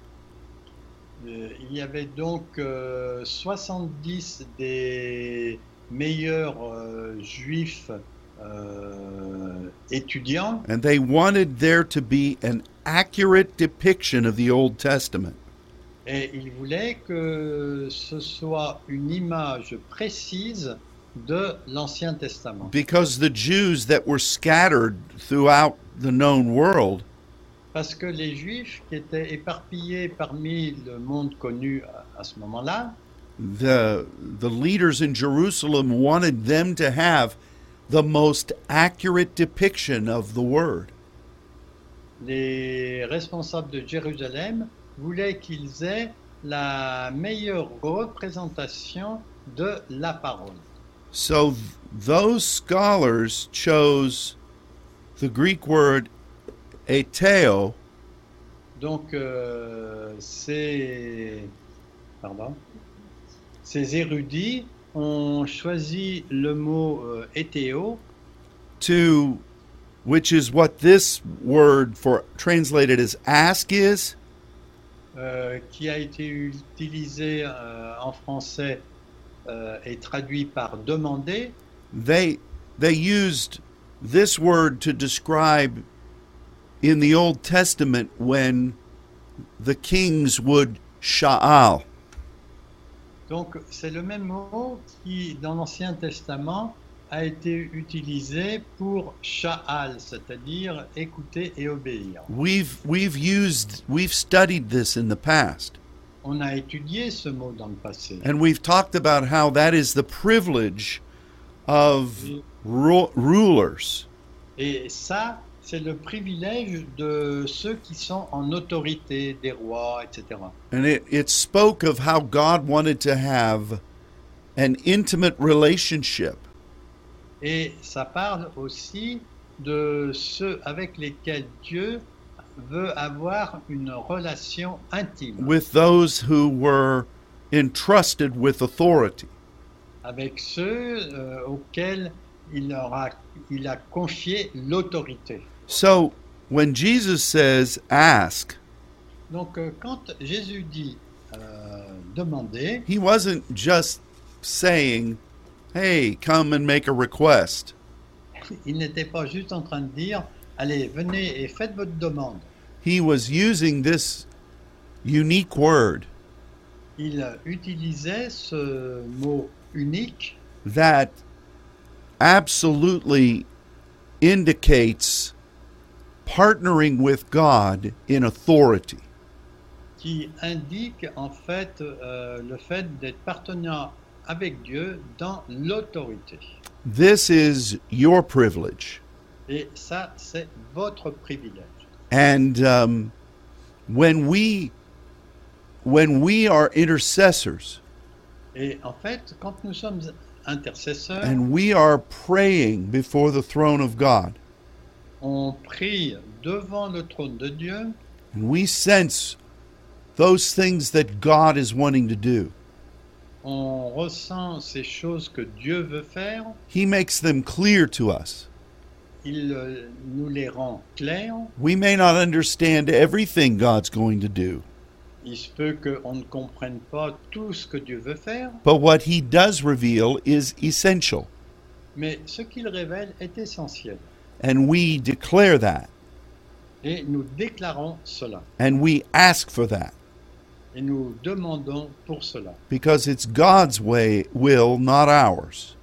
B: euh, il y avait donc euh, 70 des meilleurs euh, juifs euh, étudiants
A: and they wanted there to be an accurate depiction of the Old Testament.
B: Et il voulait que ce soit une image précise de l'Ancien Testament.
A: Because the Jews that were scattered throughout the known world
B: Parce que les Juifs qui étaient éparpillés parmi le monde connu à, à ce moment-là,
A: the the leaders in Jerusalem wanted them to have the most accurate depiction of the word.
B: les responsables de Jérusalem voulaient qu'ils aient la meilleure représentation de la parole.
A: So th- those scholars chose the Greek word eteo
B: Donc, euh, ces, pardon, ces érudits ont choisi le mot euh, éthéo,
A: to which is what this word for translated as ask is
B: euh, qui a été utilisé euh, en français euh, et traduit par demander.
A: they they used this word to describe in the Old Testament when the kings would sha'al
B: Donc, c'est le même mot qui, dans l'Ancien Testament, a été utilisé pour sha'al, c'est-à-dire écouter et obéir.
A: We've we've used we've studied this in the past
B: On a étudié ce mot dans le passé.
A: and we've talked about how that is the privilege of ru- rulers
B: Et ça, c'est le privilège de ceux qui sont en autorité, des rois, etc.
A: and it, it spoke of how God wanted to have an intimate relationship
B: Et ça parle aussi de ceux avec lesquels Dieu veut avoir une relation intime
A: with those who were entrusted with authority.
B: avec ceux euh, auxquels il, leur a, il a confié l'autorité.
A: So when Jesus says ask,
B: Donc euh, quand Jésus dit euh, demandez,
A: he wasn't just saying, "Hey, come and make a request."
B: il n'était pas juste en train de dire allez venez et faites votre demande.
A: He was using this unique word
B: Il utilisait ce mot unique
A: that absolutely indicates partnering with God in authority.
B: qui indique en fait euh, le fait d'être partenaire avec Dieu dans l'autorité.
A: This is your privilege.
B: Et ça, c'est votre privilège.
A: And um, when we when we are intercessors
B: Et en fait, quand nous sommes intercesseurs,
A: and we are praying before the throne of God,
B: on prie devant le trône de Dieu
A: and we sense those things that God is wanting to do,
B: on ressent ces choses que Dieu veut faire,
A: He makes them clear to us.
B: il euh, nous les rend claires.
A: We may not understand everything God's going to do,
B: Il se peut qu'on ne comprenne pas tout ce que Dieu veut faire,
A: but what He does reveal is essential,
B: mais ce qu'il révèle est essentiel.
A: and we declare that,
B: Et nous déclarons cela.
A: and we ask for that,
B: Et nous demandons pour cela.
A: because it's God's way, will, not ours.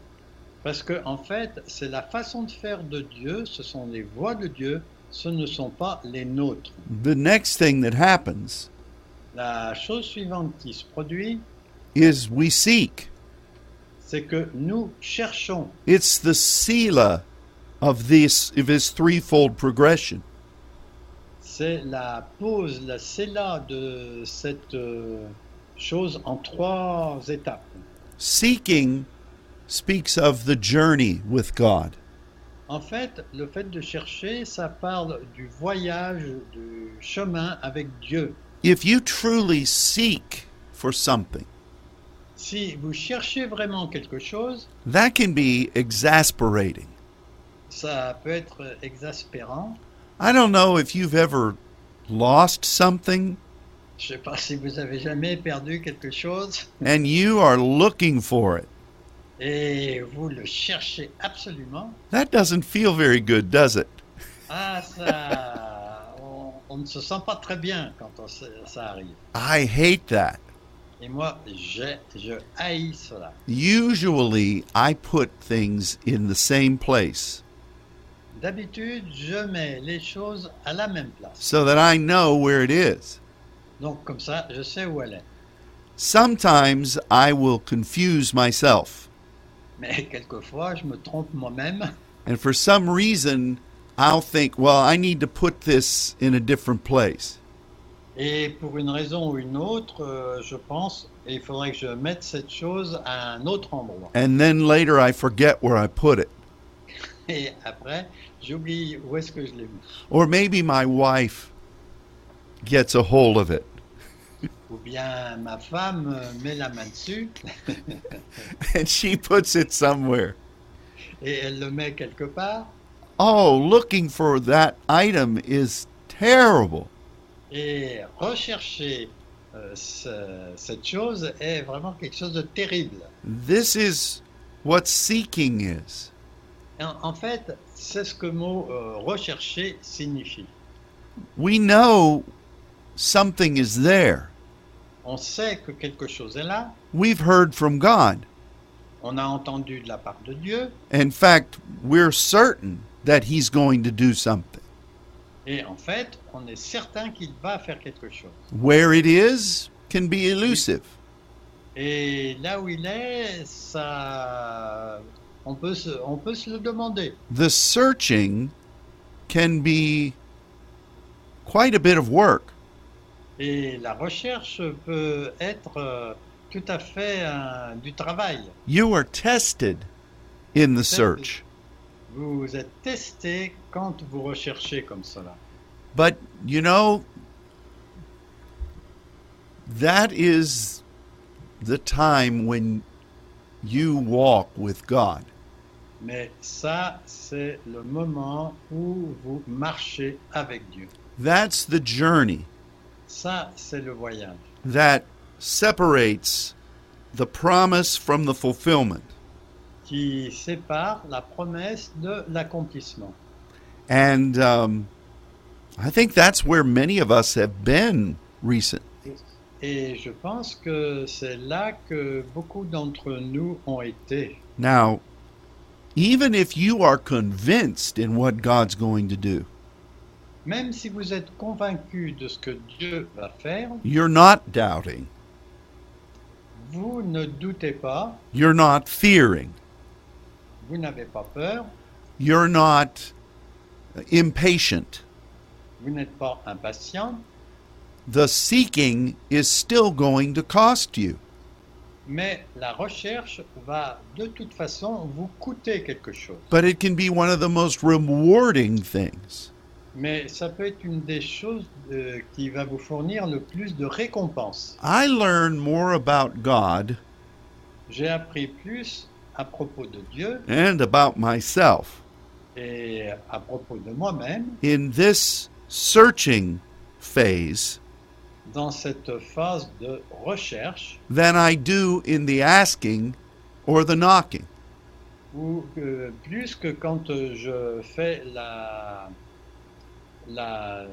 B: Parce que, en fait, c'est la façon de faire de Dieu, ce sont les voies de Dieu, ce ne sont pas les nôtres.
A: The next thing that happens
B: La chose suivante qui se produit,
A: is we seek.
B: c'est que nous cherchons.
A: It's the sila of this of his threefold progression.
B: C'est la pause, la cella de cette euh, chose en trois étapes.
A: Seeking speaks of the journey with God.
B: En fait, le fait de chercher, ça parle du voyage, du chemin avec Dieu.
A: If you truly seek for something,
B: Si vous cherchez vraiment quelque chose,
A: that can be exasperating.
B: ça peut être exaspérant.
A: I don't know if you've ever lost something
B: Je sais pas si vous avez jamais perdu quelque chose
A: and you are looking for it.
B: et vous le cherchez absolument.
A: That doesn't feel very good, does it?
B: Ah, ça, on, on ne se sent pas très bien quand on se- ça arrive.
A: I hate that.
B: Et moi, j'ai, je haïs cela.
A: Usually, I put things in the same place
B: D'habitude, je mets les choses à la même place.
A: so that I know where it is.
B: Donc comme ça, je sais où elle est.
A: Sometimes I will confuse myself,
B: Mais quelquefois, je me trompe moi-même.
A: and for some reason, I'll think, well, I need to put this in a different place.
B: Et pour une raison ou une autre, euh, je pense, il faudrait que je mette cette chose à un autre endroit.
A: And then later, I forget where I put it.
B: Et après, j'oublie où est-ce que je l'ai mis.
A: Or maybe my wife gets a hold of it,
B: Ou bien ma femme euh, met la main dessus
A: and she puts it somewhere.
B: et elle le met quelque part.
A: Oh, looking for that item is terrible.
B: Et rechercher euh, ce- cette chose est vraiment quelque chose de terrible.
A: This is what seeking is.
B: En, en fait, c'est ce que le mot euh, rechercher signifie.
A: We know something is there.
B: On sait que quelque chose est là,
A: We've heard from God.
B: on a entendu de la part de Dieu,
A: In fact, we're certain that He's going to do something.
B: et en fait, on est certain qu'il va faire quelque chose.
A: Where it is can be elusive.
B: Et là où il est, ça, on peut se, on peut se le demander.
A: The searching can be quite a bit of work.
B: Et la recherche peut être euh, tout à fait un- du travail.
A: You are tested in the search,
B: Vous êtes testé quand vous recherchez comme cela.
A: but you know, that is the time when you walk with God.
B: Mais ça, c'est le moment où vous marchez avec Dieu.
A: That's the journey.
B: Ça, c'est le voyage
A: that separates the promise from the fulfillment.
B: qui sépare la promesse de l'accomplissement.
A: And um, I think that's where many of us have been recent.
B: Et je pense que c'est là que beaucoup d'entre nous ont été.
A: Now, even if you are convinced in what God's going to do,
B: Même si vous êtes convaincu de ce que Dieu va faire,
A: you're not doubting,
B: vous ne doutez pas,
A: you're not fearing,
B: vous n'avez pas peur,
A: you're not impatient.
B: vous n'êtes pas impatient,
A: The seeking is still going to cost you.
B: mais la recherche va de toute façon vous coûter quelque chose.
A: But it can be one of the most rewarding things.
B: Mais ça peut être une des choses euh, qui va vous fournir le plus de récompenses.
A: I learn more about God
B: J'ai appris plus à propos de Dieu
A: and about myself
B: et à propos de moi-même
A: in this searching phase
B: dans cette phase de recherche
A: than I do in the asking or the knocking.
B: où euh, plus que quand euh, je fais la la- euh,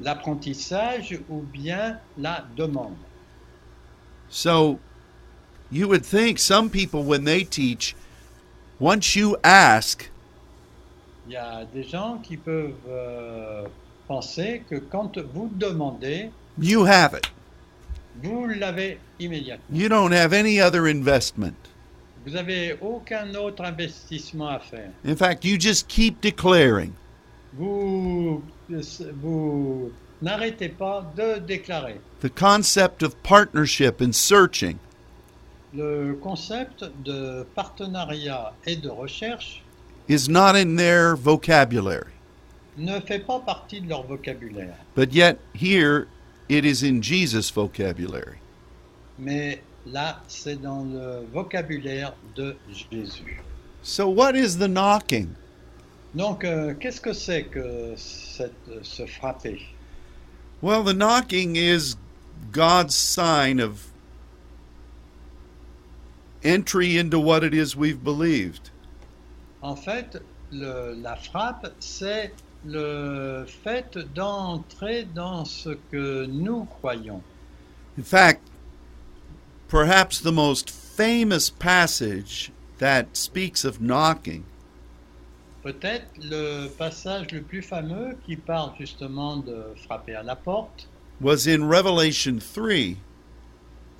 B: l'apprentissage ou bien la demande.
A: So you would think some people, when they teach, once you ask,
B: Il y a des gens qui peuvent euh, penser que quand vous demandez,
A: You have it.
B: Vous l'avez immédiatement.
A: You don't have any other investment.
B: Vous n'avez aucun autre investissement à faire.
A: In fact, you just keep declaring.
B: Vous, euh, vous n'arrêtez pas de déclarer.
A: The concept of partnership and searching
B: Le concept de partenariat et de recherche
A: is not in their vocabulary.
B: ne fait pas partie de leur vocabulaire.
A: But yet, here it is in Jesus' vocabulary.
B: Mais là, c'est dans le vocabulaire de Jésus.
A: So, what is the knocking?
B: Donc, euh, qu'est-ce que c'est que cette, se frapper
A: Well, the knocking is God's sign of entry into what it is we've believed.
B: En fait, le- la frappe, c'est le fait d'entrer dans ce que nous croyons.
A: In fact, perhaps the most famous passage that speaks of knocking
B: Peut-être le passage le plus fameux qui parle justement de frapper à la porte,
A: was in Revelation 3,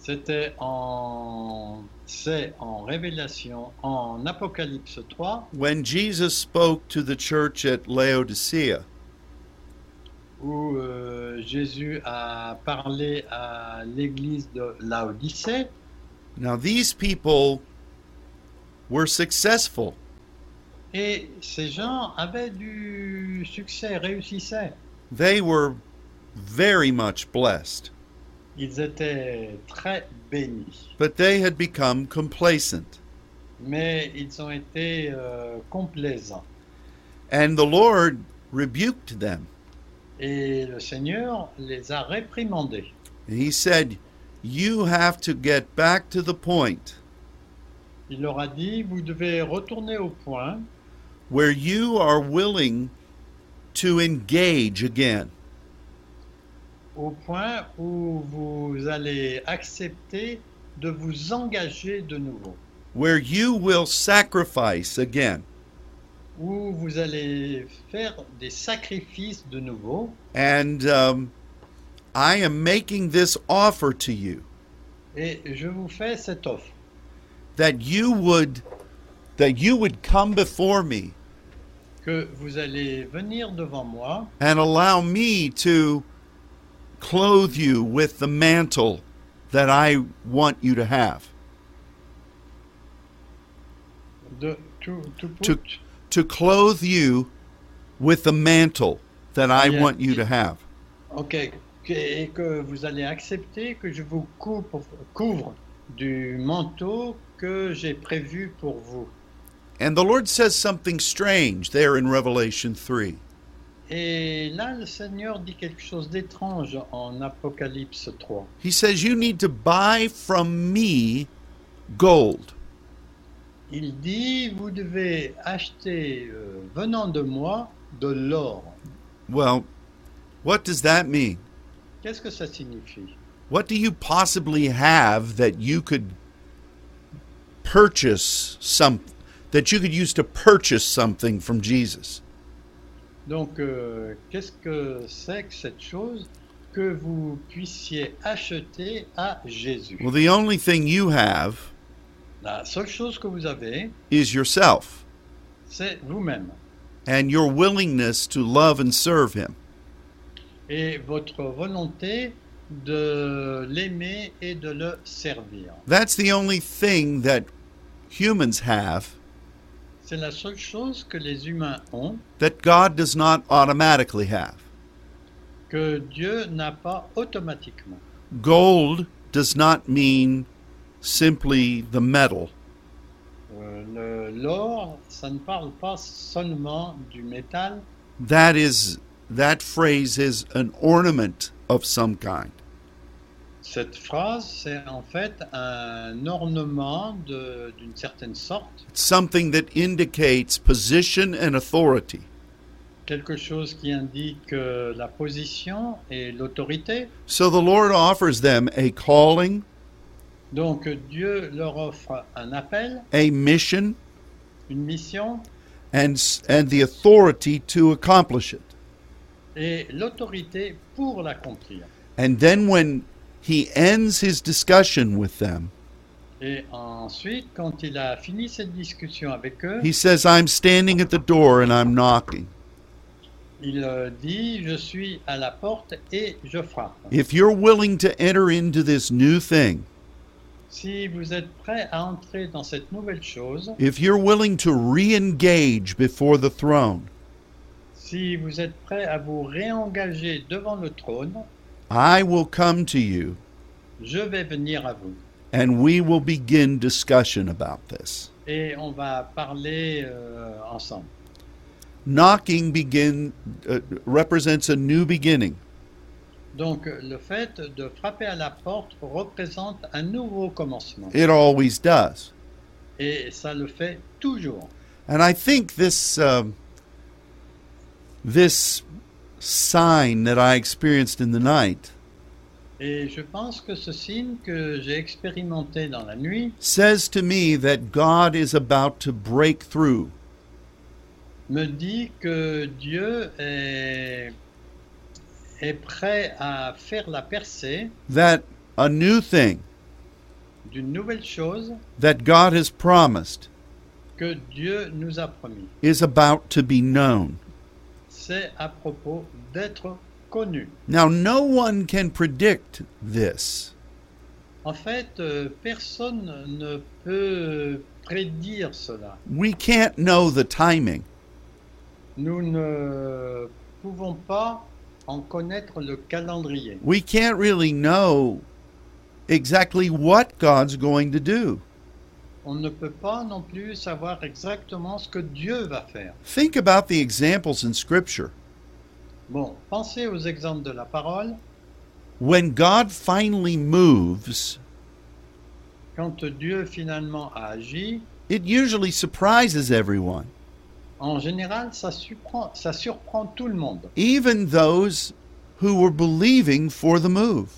B: c'était en, c'est en Révélation, en Apocalypse 3,
A: when Jesus spoke to the church at Laodicea.
B: où euh, Jésus a parlé à l'église de Laodicée.
A: Now, these people were successful.
B: Et ces gens avaient du succès, réussissaient.
A: They were very much blessed,
B: Ils étaient très bénis,
A: but they had become complacent.
B: mais ils ont été euh, complaisants.
A: And the Lord rebuked them.
B: Et le Seigneur les a réprimandés.
A: And He said, You have to get back to the point
B: Il leur a dit, vous devez retourner au point
A: where you are willing to engage again.
B: au point où vous allez accepter de vous engager de nouveau,
A: where you will sacrifice again
B: où vous allez faire des sacrifices de nouveau.
A: and um, i am making this offer to you
B: Et je vous fais cette offre,
A: that you would that you would come before me
B: que vous allez venir devant moi
A: and allow me to clothe you with the mantle that i want you to have
B: de to, to put-
A: to to clothe you with the mantle that i
B: Yeah.
A: want you to have
B: Ok. Que- Et que vous allez accepter que je vous couvre, couvre du manteau que j'ai prévu pour vous.
A: and the lord says something strange there in revelation 3
B: Et là, le Seigneur dit quelque chose d'étrange en Apocalypse 3.
A: He says, You need to buy from me gold.
B: Il dit, vous devez acheter euh, venant de moi de l'or.
A: Well, what does that mean?
B: Qu'est-ce que ça signifie
A: What do you possibly have that you could purchase some that you could use to purchase something from Jesus?
B: Donc, euh, qu'est-ce que c'est que cette chose que vous puissiez acheter à Jésus
A: Well, the only thing you have
B: La seule chose que vous avez,
A: is yourself
B: c'est vous-même.
A: and your willingness to love and serve him.
B: et votre volonté de l'aimer et de le servir.
A: That's the only thing that humans have
B: C'est la seule chose que les humains ont,
A: that God does not automatically have.
B: que Dieu n'a pas automatiquement.
A: gold does not mean simply the metal.
B: Euh, le- L'or, ça ne parle pas seulement du métal,
A: That is that phrase is an ornament of some kind.
B: cette phrase, c'est en fait un ornement de- d'une certaine sorte,
A: It's something that indicates position and authority,
B: quelque chose qui indique euh, la position et l'autorité.
A: so the Lord offers them a calling,
B: Donc Dieu leur offre un appel,
A: a mission,
B: une mission,
A: and s- and the authority to accomplish it.
B: et l'autorité pour l'accomplir.
A: And then when he ends his discussion with them,
B: Et ensuite, quand il a fini cette discussion avec eux,
A: he says, I'm standing at the door and I'm knocking.
B: il euh, dit Je suis à la porte et je frappe.
A: If you're willing to enter into this new thing,
B: Si vous êtes prêt à entrer dans cette nouvelle chose,
A: if you're willing to re engage before the throne,
B: si vous êtes prêt à vous réengager devant le trône,
A: I will come to you
B: je vais venir à vous.
A: and we will begin discussion about this.
B: Et on va parler euh, ensemble.
A: Knocking begin uh, represents a new beginning.
B: Donc le fait de frapper à la porte représente un nouveau commencement.
A: It always does.
B: Et ça le fait toujours.
A: And I think this um, this sign that I experienced in the night
B: Et je pense que ce signe que j'ai expérimenté dans la nuit
A: says to me that God is about to break through
B: me dit que Dieu est, est prêt à faire la percée
A: that a new thing
B: d'une nouvelle chose
A: that God has promised
B: que Dieu nous a promis.
A: is about to be known.
B: C'est à propos d'être connu.
A: Now no one can predict this,
B: En fait, euh, personne ne peut prédire cela.
A: we can't know the timing,
B: Nous ne pouvons pas en connaître le calendrier.
A: we can't really know exactly what God's going to do.
B: On ne peut pas non plus savoir exactement ce que Dieu va faire.
A: Think about the examples in Scripture.
B: Bon, pensez aux exemples de la parole.
A: when God finally moves,
B: Quand Dieu finalement a agi,
A: it usually surprises everyone,
B: en général, ça surprend, ça surprend tout le monde,
A: even those who were believing for the move.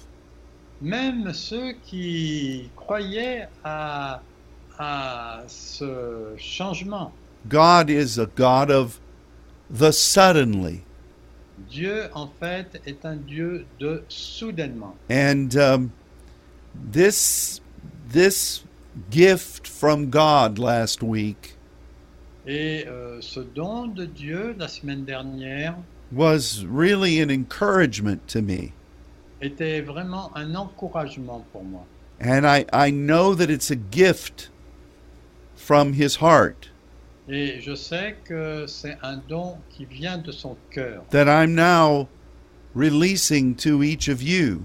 B: même ceux qui croyaient à, à ce changement.
A: God is a God of the suddenly.
B: Dieu, en fait, est un Dieu de soudainement.
A: And um, this, this gift from God last week
B: Et euh, ce don de Dieu, la semaine dernière,
A: was really an encouragement to me.
B: était vraiment un encouragement pour moi.
A: And I, I know that it's a gift from His heart
B: Et je sais que c'est un don qui vient de son cœur,
A: that I'm now releasing to each of you.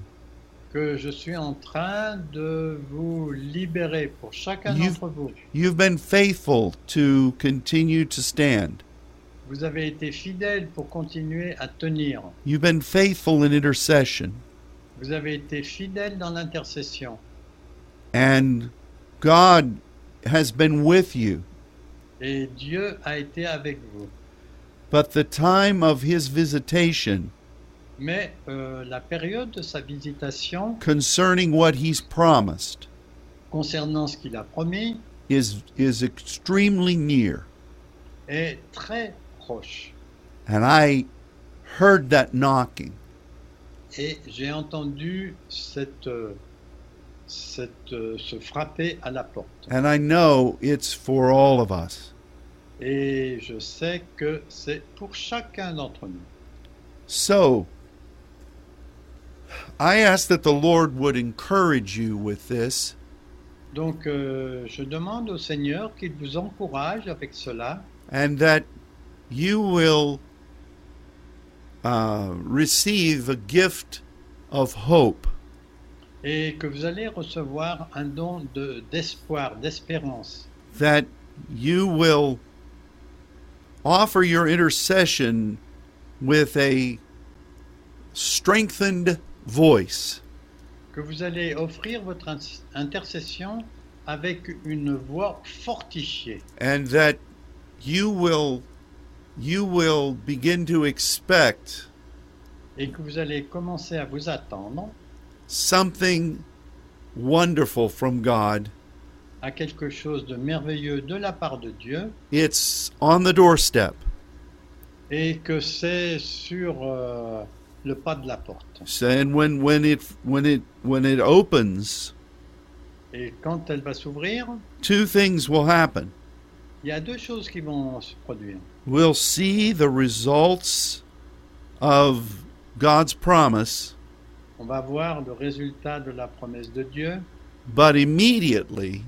B: que je suis en train de vous libérer pour chacun
A: You-
B: d'entre vous.
A: You've been faithful to continue to stand.
B: Vous avez été fidèles pour continuer à tenir.
A: You've been faithful in intercession.
B: Vous avez été fidèles dans l'intercession.
A: And God has been with you.
B: Et Dieu a été avec vous.
A: But the time of His visitation
B: Mais euh, la période de sa visitation
A: concerning what He's promised
B: concernant ce qu'il a promis
A: is, is extremely near.
B: est très proche.
A: And I heard that knocking.
B: Et j'ai entendu cette, euh, cette, euh, se frapper à la porte.
A: And I know it's for all of us.
B: Et je sais que c'est pour chacun d'entre nous.
A: So I ask that the Lord would encourage you with this.
B: Donc euh, je demande au Seigneur qu'il vous encourage avec cela
A: and that you will uh, receive a gift of hope
B: et que vous allez recevoir un don de- d'espoir, d'espérance,
A: that you will offer your intercession with a strengthened voice
B: que vous allez offrir votre in- intercession avec une voix fortifiée
A: and that you will you will begin to expect
B: et que vous allez commencer à vous attendre
A: something wonderful from God
B: à quelque chose de merveilleux de la part de Dieu
A: it's on the doorstep
B: et que c'est sur euh, le pas de la porte.
A: So, and when, when it when it when it opens,
B: Et quand elle va s'ouvrir,
A: two things will happen.
B: il y a deux choses qui vont se produire.
A: We'll see the results of God's promise,
B: On va voir le résultat de la promesse de Dieu,
A: but immediately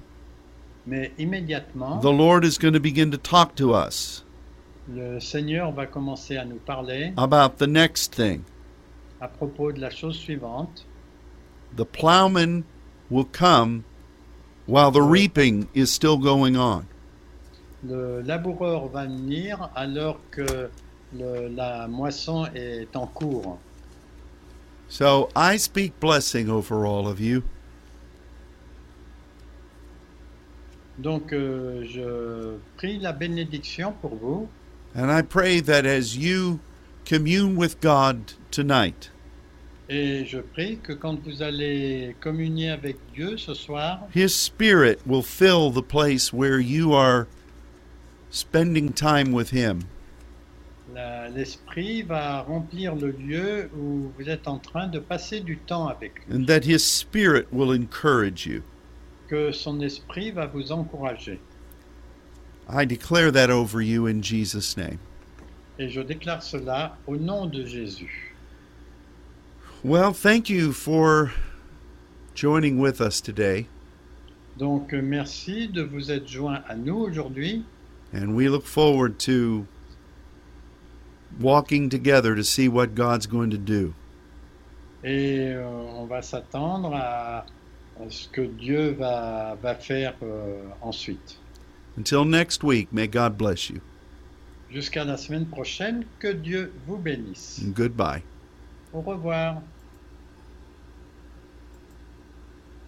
B: mais immédiatement,
A: the Lord is going to begin to talk to us
B: le Seigneur va commencer à nous parler
A: about the next thing.
B: à propos de la chose suivante.
A: The plowman will come while the reaping is still going on.
B: Le laboureur va venir alors que le- la moisson est en cours.
A: So I speak blessing over all of you.
B: Donc euh, je prie la bénédiction pour vous
A: And I pray that as you commune with God tonight,
B: et je prie que quand vous allez communier avec Dieu ce soir,
A: His Spirit will fill the place where you are spending time with Him.
B: la- l'Esprit va remplir le lieu où vous êtes en train de passer du temps avec lui,
A: and that His Spirit will encourage you.
B: que son Esprit va vous encourager.
A: I declare that over you in Jesus' name.
B: Et je déclare cela au nom de Jésus.
A: Well, thank you for joining with us today,
B: Donc euh, merci de vous être joint à nous aujourd'hui
A: and we look forward to walking together to see what God's going to do.
B: et euh, on va s'attendre à, à ce que Dieu va, va faire euh, ensuite.
A: Until next week, may God bless you,
B: Jusqu'à la semaine prochaine, que Dieu vous bénisse.
A: and goodbye.
B: Au revoir.